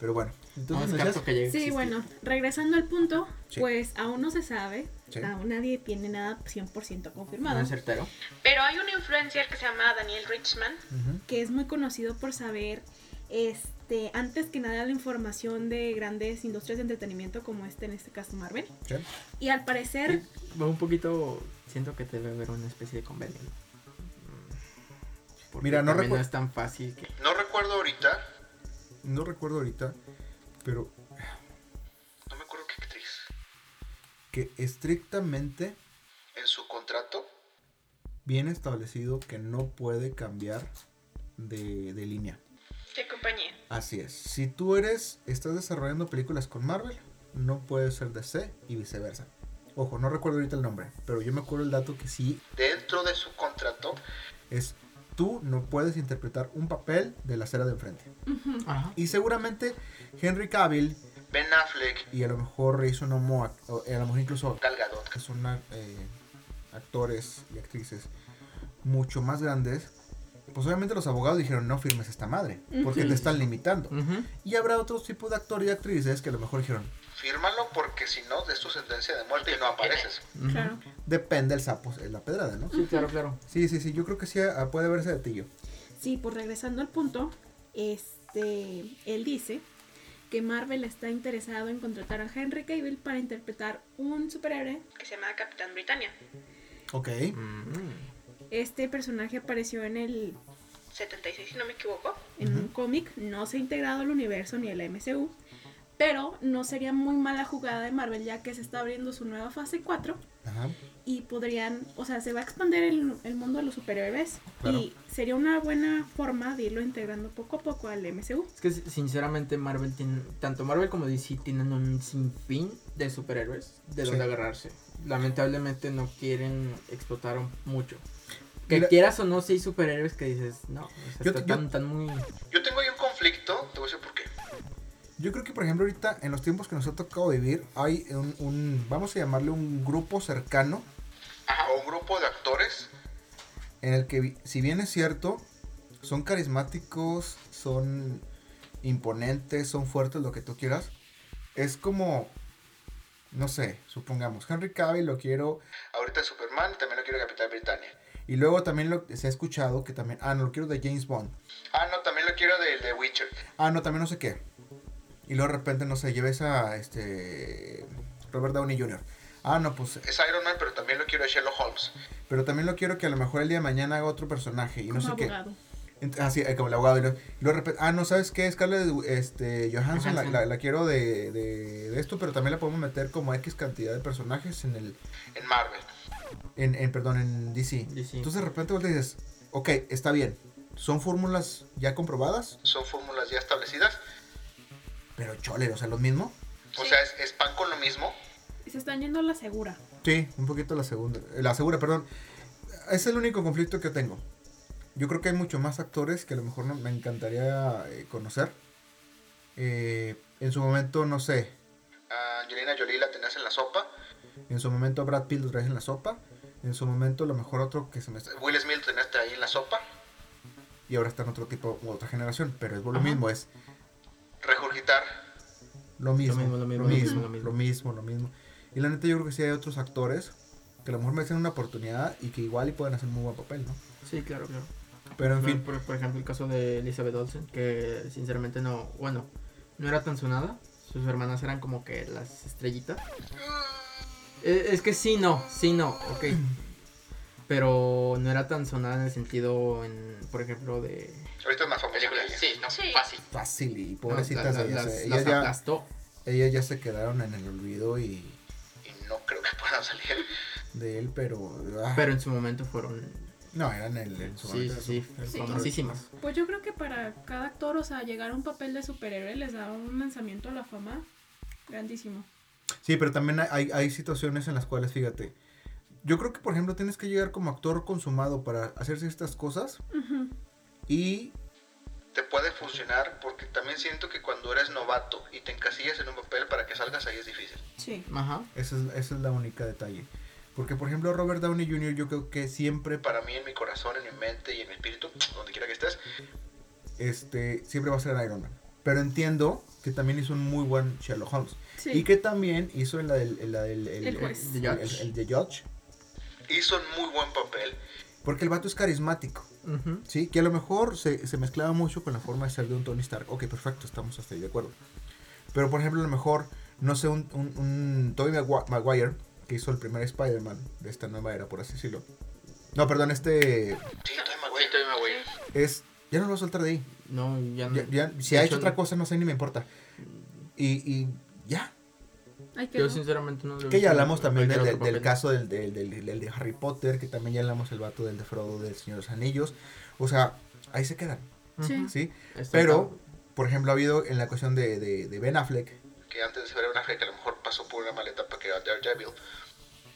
Pero bueno,
Vamos
entonces.
a
¿sabes?
dejar que llegue a
Sí,
existir.
bueno, regresando al punto,
Sí.
pues aún no se sabe,
Sí.
aún nadie tiene nada 100%
No
confirmado,
Ah, es certero.
Pero hay un influencer que se llama Daniel Richman.
Ujú.
que es muy conocido por saber, este, antes que nada, la información de grandes industrias de entretenimiento como este, en este caso Marvel.
Sí.
Y al parecer,
Sí, va un poquito. Siento que debe haber una especie de convenio. Mm, porque
Mira, no
también
recuer-
no es tan fácil que.
No recuerdo ahorita,
No recuerdo ahorita, pero
no me acuerdo qué actriz,
que estrictamente
en su contrato,
viene establecido que no puede cambiar de, de línea.
¿Qué compañía?
Así es. Si tú eres, estás desarrollando películas con Marvel, no puede ser DC y viceversa. Ojo, no recuerdo ahorita el nombre, pero yo me acuerdo el dato que sí
dentro de su contrato,
es tú no puedes interpretar un papel de la acera de enfrente.
ujú,
Ajá.
Y seguramente Henry Cavill
Ben Affleck,
y a lo mejor Jason Momoa, o eh, a lo mejor incluso
Gal Gadot,
que son ac- eh, actores y actrices mucho más grandes, pues obviamente los abogados dijeron no firmes esta madre, porque
Ujú.
te están limitando.
Ujú.
Y habrá otro tipo de actores y actrices que a lo mejor dijeron,
fírmalo porque si no, de tu sentencia de muerte y no apareces.
Ujú.
claro.
depende el sapo, es la pedrada, ¿no?
Sí, claro, claro.
Sí, sí, sí, yo creo que sí ah, puede haber ese detillo.
Sí, pues regresando al punto, este, él dice que Marvel está interesado en contratar a Henry Cavill para interpretar un superhéroe
Que se llama Capitán Britannia.
Ok.
Mm.
Este personaje apareció en el
76, si no me equivoco.
en un cómic, no se ha integrado al universo ni al MCU, pero no sería muy mala jugada de Marvel ya que se está abriendo su nueva fase 4
Ajá.
y podrían, o sea, se va a expandir el, el mundo de los superhéroes
Claro.
y sería una buena forma de irlo integrando poco a poco al MCU.
Es que sinceramente Marvel tiene, tanto Marvel como DC tienen un sinfín de superhéroes de
Sí.
donde agarrarse. Lamentablemente no quieren explotar mucho. Que
Mira-
quieras o no, sí hay superhéroes que dices, no, o sea,
Yo-
está
yo-
tan, tan muy...
Yo tengo ahí un conflicto, te voy a decir por qué.
Yo creo que, por ejemplo, ahorita en los tiempos que nos ha tocado vivir, hay un, un- vamos a llamarle un grupo cercano
O un grupo de actores
en el que, vi- si bien es cierto, son carismáticos, son imponentes, son fuertes, lo que tú quieras, es como, no sé, supongamos, Henry Cavill lo quiero ahorita en Superman, también lo quiero en Capitán Britannia. Y luego también lo, se ha escuchado que también, ah, no, lo quiero de James Bond.
Ah, no, también lo quiero del de Witcher.
Ah, no, también no sé qué. Y luego de repente, no sé, lleves a este Robert Downey Jr. Ah, no, pues
Es Iron Man, pero también lo quiero de Sherlock Holmes.
Pero también lo quiero que a lo mejor el día de mañana haga otro personaje y no
como
sé
abogado.
qué. Ent- Ah, sí, eh, como el abogado. Y luego, y luego de repente, ah, no, ¿sabes qué? Scarlett este, Johansson la,
Johansson.
la- la quiero de, de- de esto, pero también la podemos meter como X cantidad de personajes en el.
En Marvel.
En, en, perdón, en DC.
DC.
Entonces de repente vos dices, ok, está bien. Son fórmulas ya comprobadas,
Son fórmulas ya establecidas.
pero chole, o sea, lo mismo.
O
Sí.
sea, es, es pan con lo mismo.
Se están yendo a la segura.
Sí, un poquito la segunda. eh, La segura, perdón. Es el único conflicto que tengo. Yo creo que hay mucho más actores que a lo mejor no- me encantaría eh, conocer. Eh, en su momento, no sé.
A Angelina Jolie la tenías en la sopa.
En su momento Brad Pitt lo traes en la sopa. En su momento, a lo mejor otro que se me... está-
Will Smith lo tenías ahí en la sopa.
Y ahora está en otro tipo, u otra generación. Pero es lo
Ajá.
mismo, es
Regurgitar.
lo mismo.
mismo, lo mismo,
lo mismo,
lo mismo, lo mismo.
lo mismo, lo mismo. Y la neta yo creo que sí hay otros actores que a lo mejor merecen una oportunidad y que igual y pueden hacer muy buen papel, ¿no?
Sí, claro, claro.
Pero en fin,
Por, por ejemplo, el caso de Elizabeth Olsen, que sinceramente no, bueno, no era tan sonada. Sus hermanas eran como que las estrellitas. Eh, Es, que sí, no, sí, no, ok. Pero no era tan sonada en el sentido, en, por ejemplo, de...
Ahorita es más famosa que
Película,
ella.
sí, no,
Sí.
fácil.
fácil y
no,
pobrecitas.
la- la-
ellas,
las,
eh,
las
ellas ya-
aplastó.
ellas ya se quedaron en el olvido y
Y no creo que puedan salir.
de él, pero, ah,
Pero en su momento fueron...
no eran el, el su-
Sí,
su-
sí,
su-
sí, famosísimas.
Pues yo creo que para cada actor, o sea, llegar a un papel de superhéroe les da un lanzamiento a la fama grandísimo.
Sí, pero también hay- hay, hay situaciones en las cuales, fíjate, yo creo que por ejemplo tienes que llegar como actor consumado para hacerse estas cosas
Ujú.
y
Te puede funcionar porque también siento que cuando eres novato y te encasillas en un papel para que salgas ahí es difícil.
Sí.
Ajá.
esa es, esa es la única detalle. Porque por ejemplo Robert Downey Jr. yo creo que siempre,
Para mí, en mi corazón, en mi mente y en mi espíritu, donde quiera que estés,
este, siempre va a ser Iron Man. Pero entiendo que también hizo un muy buen Sherlock Holmes.
Sí.
Y que también hizo en la del... en la del-
El juez.
el-
The
el-
Judge.
el The Judge.
hizo un muy buen papel.
Porque el vato es carismático,
Ujú.
¿sí? Que a lo mejor se, se mezclaba mucho con la forma de ser de un Tony Stark. Ok, perfecto, estamos hasta ahí de acuerdo. Pero, por ejemplo, a lo mejor, no sé, un, un, un Tobey Magua- Maguire, que hizo el primer Spider-Man de esta nueva era, por así decirlo. No, perdón, este
Sí, Tobey
Sí,
Maguire.
Tobey Maguire.
es... Ya no lo va a soltar de ahí.
No, ya no.
Ya- ya- si
De
ha
hecho,
hecho otra
no.
cosa, no sé, ni me importa. Y, y ya.
Ay, qué
Yo
no.
sinceramente no lo he
Que
visto
ya hablamos
en
también del,
cualquier
del-
otro
del
papel.
caso del, del- del- del de Harry Potter, que también ya hablamos el vato del de Frodo, del Señor de los Anillos. O sea, ahí se quedan,
Ujú.
¿sí?
Está
Pero, por ejemplo, ha habido en la cuestión de, de- de Ben Affleck,
Que antes de ser una fe que a lo mejor pasó por una maleta para crear Daredevil.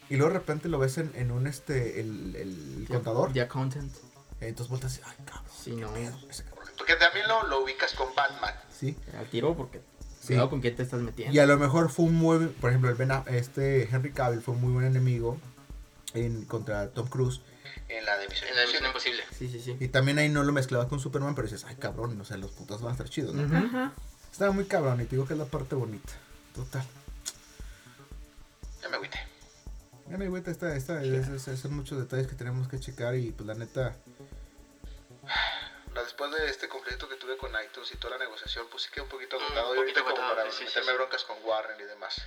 y luego de repente lo ves en, en un, este, el, el
The-
contador.
The Accountant.
Entonces volteas y, ay, cabrón,
Sí,
qué
no.
pedo, ese cabrón",
Porque también lo, lo ubicas con Batman.
¿sí?
Al tiro porque...
Sí.
Cuidado con quién te estás metiendo.
Y a lo mejor fue un muy, por ejemplo, el Ben Aff- este Henry Cavill fue un muy buen enemigo en, contra Tom Cruise.
En la de Misión
En la misión
Imposible.
imposible.
Sí, sí, sí.
Y también ahí no lo mezclabas con Superman, pero dices, ay, cabrón, o sea, los putas van a estar chidos, ¿no?
Ujú.
Ajá.
Estaba muy cabrón y te digo que es la parte bonita. Total.
Ya me agüité.
Ya me vuelta esta, esta, es- es- es- son muchos detalles que tenemos que checar y pues la neta.
No, Después de este conflicto que tuve con iTunes y toda la negociación, pues sí quedé un poquito
Mm,
agotado. y
un poquito
ahorita como
agotado,
para
sí, sí,
meterme
sí.
broncas con Warren y demás.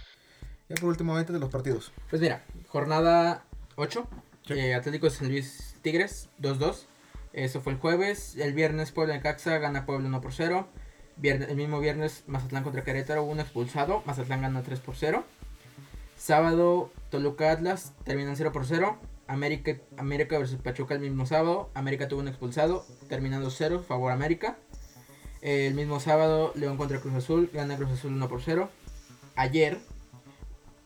Ya por último, antes de los partidos.
Pues mira, jornada 8.
Sí.
Atlético de San Luis Tigres, 2-2. Eso fue el jueves. El viernes Puebla de Caxa gana Puebla 1 por 0. Vierne- el mismo viernes Mazatlán contra Querétaro, uno expulsado. Mazatlán gana 3 por 0. Sábado Toluca Atlas terminan 0 por 0. América, América versus Pachuca el mismo sábado. América tuvo un expulsado, terminando 0, favor América. Eh, El mismo sábado León contra Cruz Azul, gana Cruz Azul 1 por 0. Ayer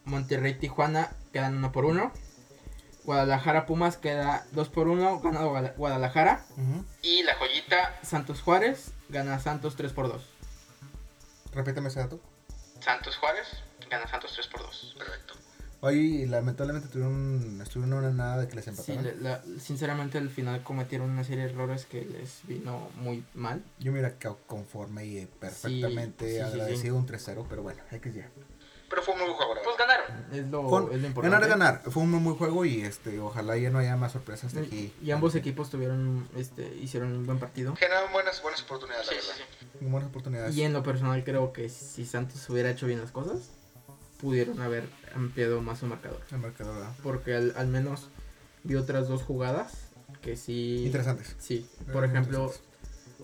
Monterrey Tijuana quedan 1 por 1. Guadalajara Pumas queda 2 por 1, ganado Guada- Guadalajara.
Y la joyita,
Santos Juárez gana Santos 3 por 2.
Repíteme ese dato.
Santos Juárez, gana Santos 3 por 2.
Perfecto.
Oye, y lamentablemente tuvieron, estuvieron una nada de que les
Sí,
empataron.
le- la- sinceramente al final cometieron una serie de errores que les vino muy mal.
Yo me hubiera quedado conforme y eh, perfectamente
sí, sí, sí.
agradecido un 3-0, pero bueno, hay que ya.
Pero fue muy favorable.
Pues ganaron.
Es lo,
Con-
es lo importante.
ganar es ganar. Fue un muy buen juego y este, ojalá ya no haya más sorpresas de aquí.
Mm, Y, y ambos equipos tuvieron, este, hicieron un buen partido.
Generaron buenas, buenas oportunidades, la
Sí, sí,
verdad.
sí.
Muy buenas oportunidades.
Y en lo personal creo que si Santos hubiera hecho bien las cosas, pudieron haber ampliado más su marcador.
El marcador, ¿verdad?
Porque al, al menos vi otras dos jugadas que sí...
Interesantes.
Sí,
Muy
por ejemplo,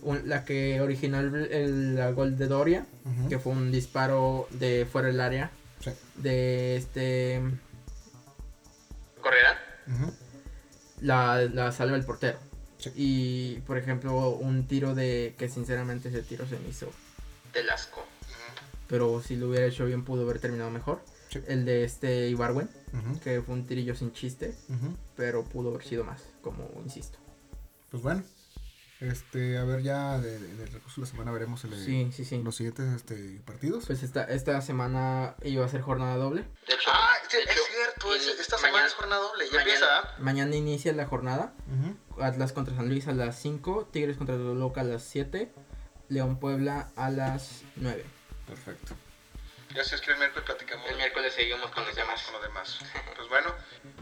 un- la que originó el, el- la gol de Doria,
Ujú.
que fue un disparo de fuera del área,
Sí.
de este...
¿Correrán?
Ujú.
la, la salva el portero.
Sí.
Y por ejemplo, un tiro de que sinceramente ese tiro se me hizo.
Del asco.
Pero si lo hubiera hecho bien pudo haber terminado mejor.
Sí.
El de este Ibarwen,
Ujú.
que fue un tirillo sin chiste,
Ujú.
pero pudo haber sido más, como insisto.
Pues bueno. Este, a ver ya de- de- del recurso de la semana veremos el,
Sí, sí, sí.
los siguientes este, partidos.
Pues esta, esta semana iba a ser jornada doble.
De hecho,
Ah, sí,
de hecho,
es cierto, es-
y
esta semana
mañana-
es jornada doble, ya
mañana-
empieza. ¿ah?
Mañana inicia la jornada.
Ujú.
Atlas contra San Luis a las 5, Tigres contra Toluca a las 7, León Puebla a las 9.
Perfecto.
Ya si es que el miércoles platicamos
El miércoles seguimos con los demás.
con lo demás. Pues bueno,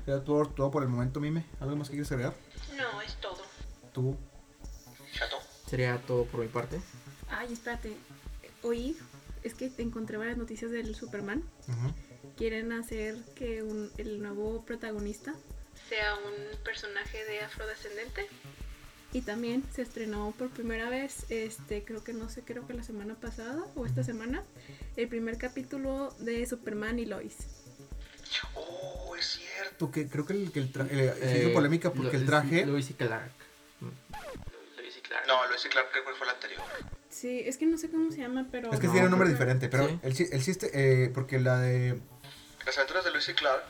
Ya todo, todo por el momento, Mime. ¿Algo más que quieres agregar?
No, es todo.
Tú.
chato.
Sería todo por mi parte.
Ay, espérate. Oí, es que te encontré varias noticias del Superman.
Ujú.
Quieren hacer que un- el nuevo protagonista
Sea un personaje de afrodescendente.
y también se estrenó por primera vez, este, creo que no sé, creo que la semana pasada o esta semana, el primer capítulo de Superman y Lois.
Oh, es cierto.
Tú que creo que el, que el tra- eh, se hizo
Eh,
polémica porque
Lu-
el traje.
Luis y Clark.
Luis y Clara.
No, lo hice claro que fue la anterior.
Sí, es que no sé cómo se llama, pero...
es que
No,
tiene un nombre
pero-
diferente, pero
Sí.
el, chi- el chiste, eh, porque la de.
Las aventuras de Luis y Clark.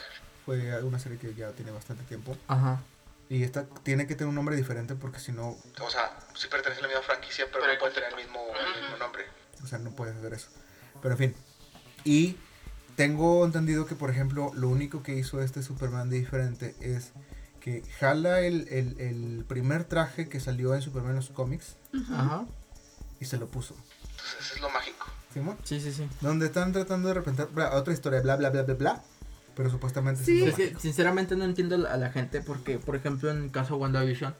Fue una serie que ya tiene bastante tiempo.
Ajá.
Y esta tiene que tener un nombre diferente porque si no,
O sea, sí pertenece a la misma franquicia, pero,
Pero
no
el
puede tener el
concepto.
mismo,
Ujú.
el mismo nombre.
o sea, no puedes hacer eso. Pero en fin. Y tengo entendido que, por ejemplo, lo único que hizo este Superman de diferente es que jala el, el- el primer traje que salió en Superman en los cómics
Ajá.
y se lo puso.
Entonces, eso es lo mágico.
¿Simón?
Sí, sí, sí.
Donde están tratando de representar bla, otra historia, bla, bla, bla, bla, bla. Pero supuestamente
Sí.
es
Es
lo
que,
mágico.
sinceramente no entiendo a la gente porque, por ejemplo, en el caso de WandaVision,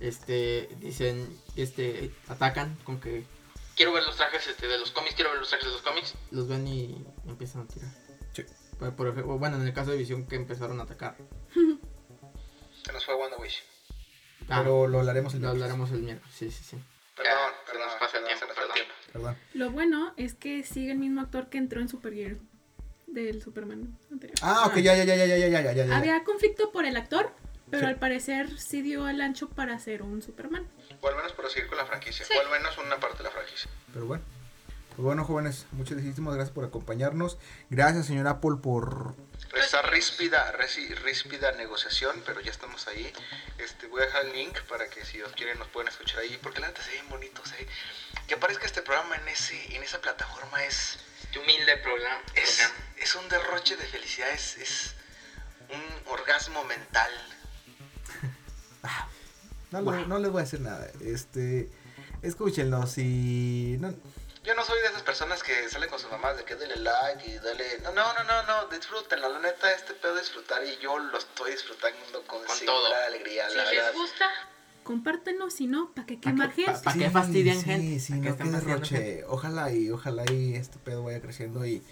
este, dicen, este, atacan con que
Quiero ver los trajes este, de los cómics, quiero ver los trajes de los cómics.
los ven y empiezan a tirar.
Sí.
Por- por ejemplo, bueno, en el caso de Visión que empezaron a atacar.
Se nos fue WandaWish.
Ah,
Pero lo hablaremos el
lo
miércoles.
hablaremos el miércoles. Sí, sí, sí.
Perdón,
Ya, se
perdón.
nos pasa el
perdón,
tiempo,
se nos fue el
perdón.
tiempo.
Perdón.
Lo bueno es que sigue el mismo actor que entró en Supergirl del Superman anterior.
Ah, ok, ya, ya, ya, ya, ya, ya, ya, ya, ya, ya.
Había conflicto por el actor, pero
Sí.
al parecer sí dio el ancho para ser un Superman.
O al menos proseguir con la franquicia. O al menos una parte de la franquicia.
Pero bueno. Pues bueno, jóvenes, muchísimas gracias por acompañarnos. Gracias, señor Apple, por...
Está ríspida, resi- ríspida negociación, pero ya estamos ahí. Este, voy a dejar el link para que si os quieren nos pueden escuchar ahí, porque la neta se ven bonitos, ¿eh? Que aparezca este programa en ese, en esa plataforma es,
Este humilde programa.
es,
programa.
es un derroche de felicidad, es, es un orgasmo mental.
No, le- no les voy a decir nada. Este... Escúchenlos y... No,
Yo no soy de esas personas que salen con sus mamás de que dale like y dale. No, no, no, no, no, disfrútenlo. La neta, este pedo de disfrutar y yo lo estoy disfrutando con,
Con
singular
todo.
alegría,
Si
la verdad.
les gusta,
Compártenos, si no, ¿para qué quemar gente?
¿Para qué fastidian
sí,
gente?
Sí,
¿Para qué
no,
están
qué
fastidiando
derroche. eh, Ojalá y, ojalá y este pedo vaya creciendo y,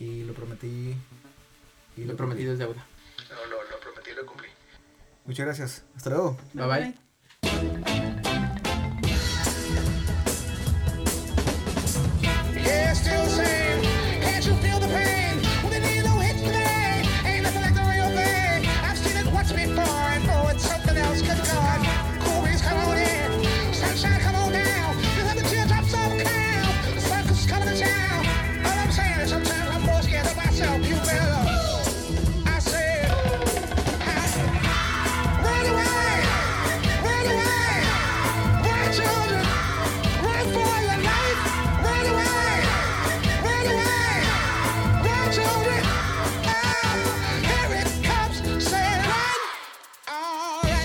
y lo prometí... Y
Lo prometido es deuda.
No, lo, lo prometí y lo cumplí.
cumplí. Muchas gracias. Hasta luego.
Bye bye.
Yeah, it's still the same. Can't you feel the pain? Well, they need no hits today. Ain't nothing like the real thing. I've seen it once before, and oh, it's something else. Good God. Cool breeze, come on in. Sunshine, come on down. You have the teardrops of a cow. The circus is coming to town. All I'm saying is sometimes I'm more scared of myself. You better. I said, I- run away, run away. Ah,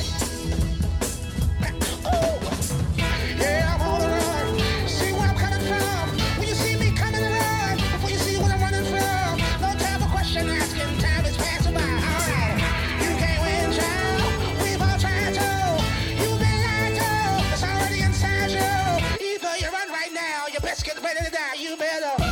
you better. oh, ah.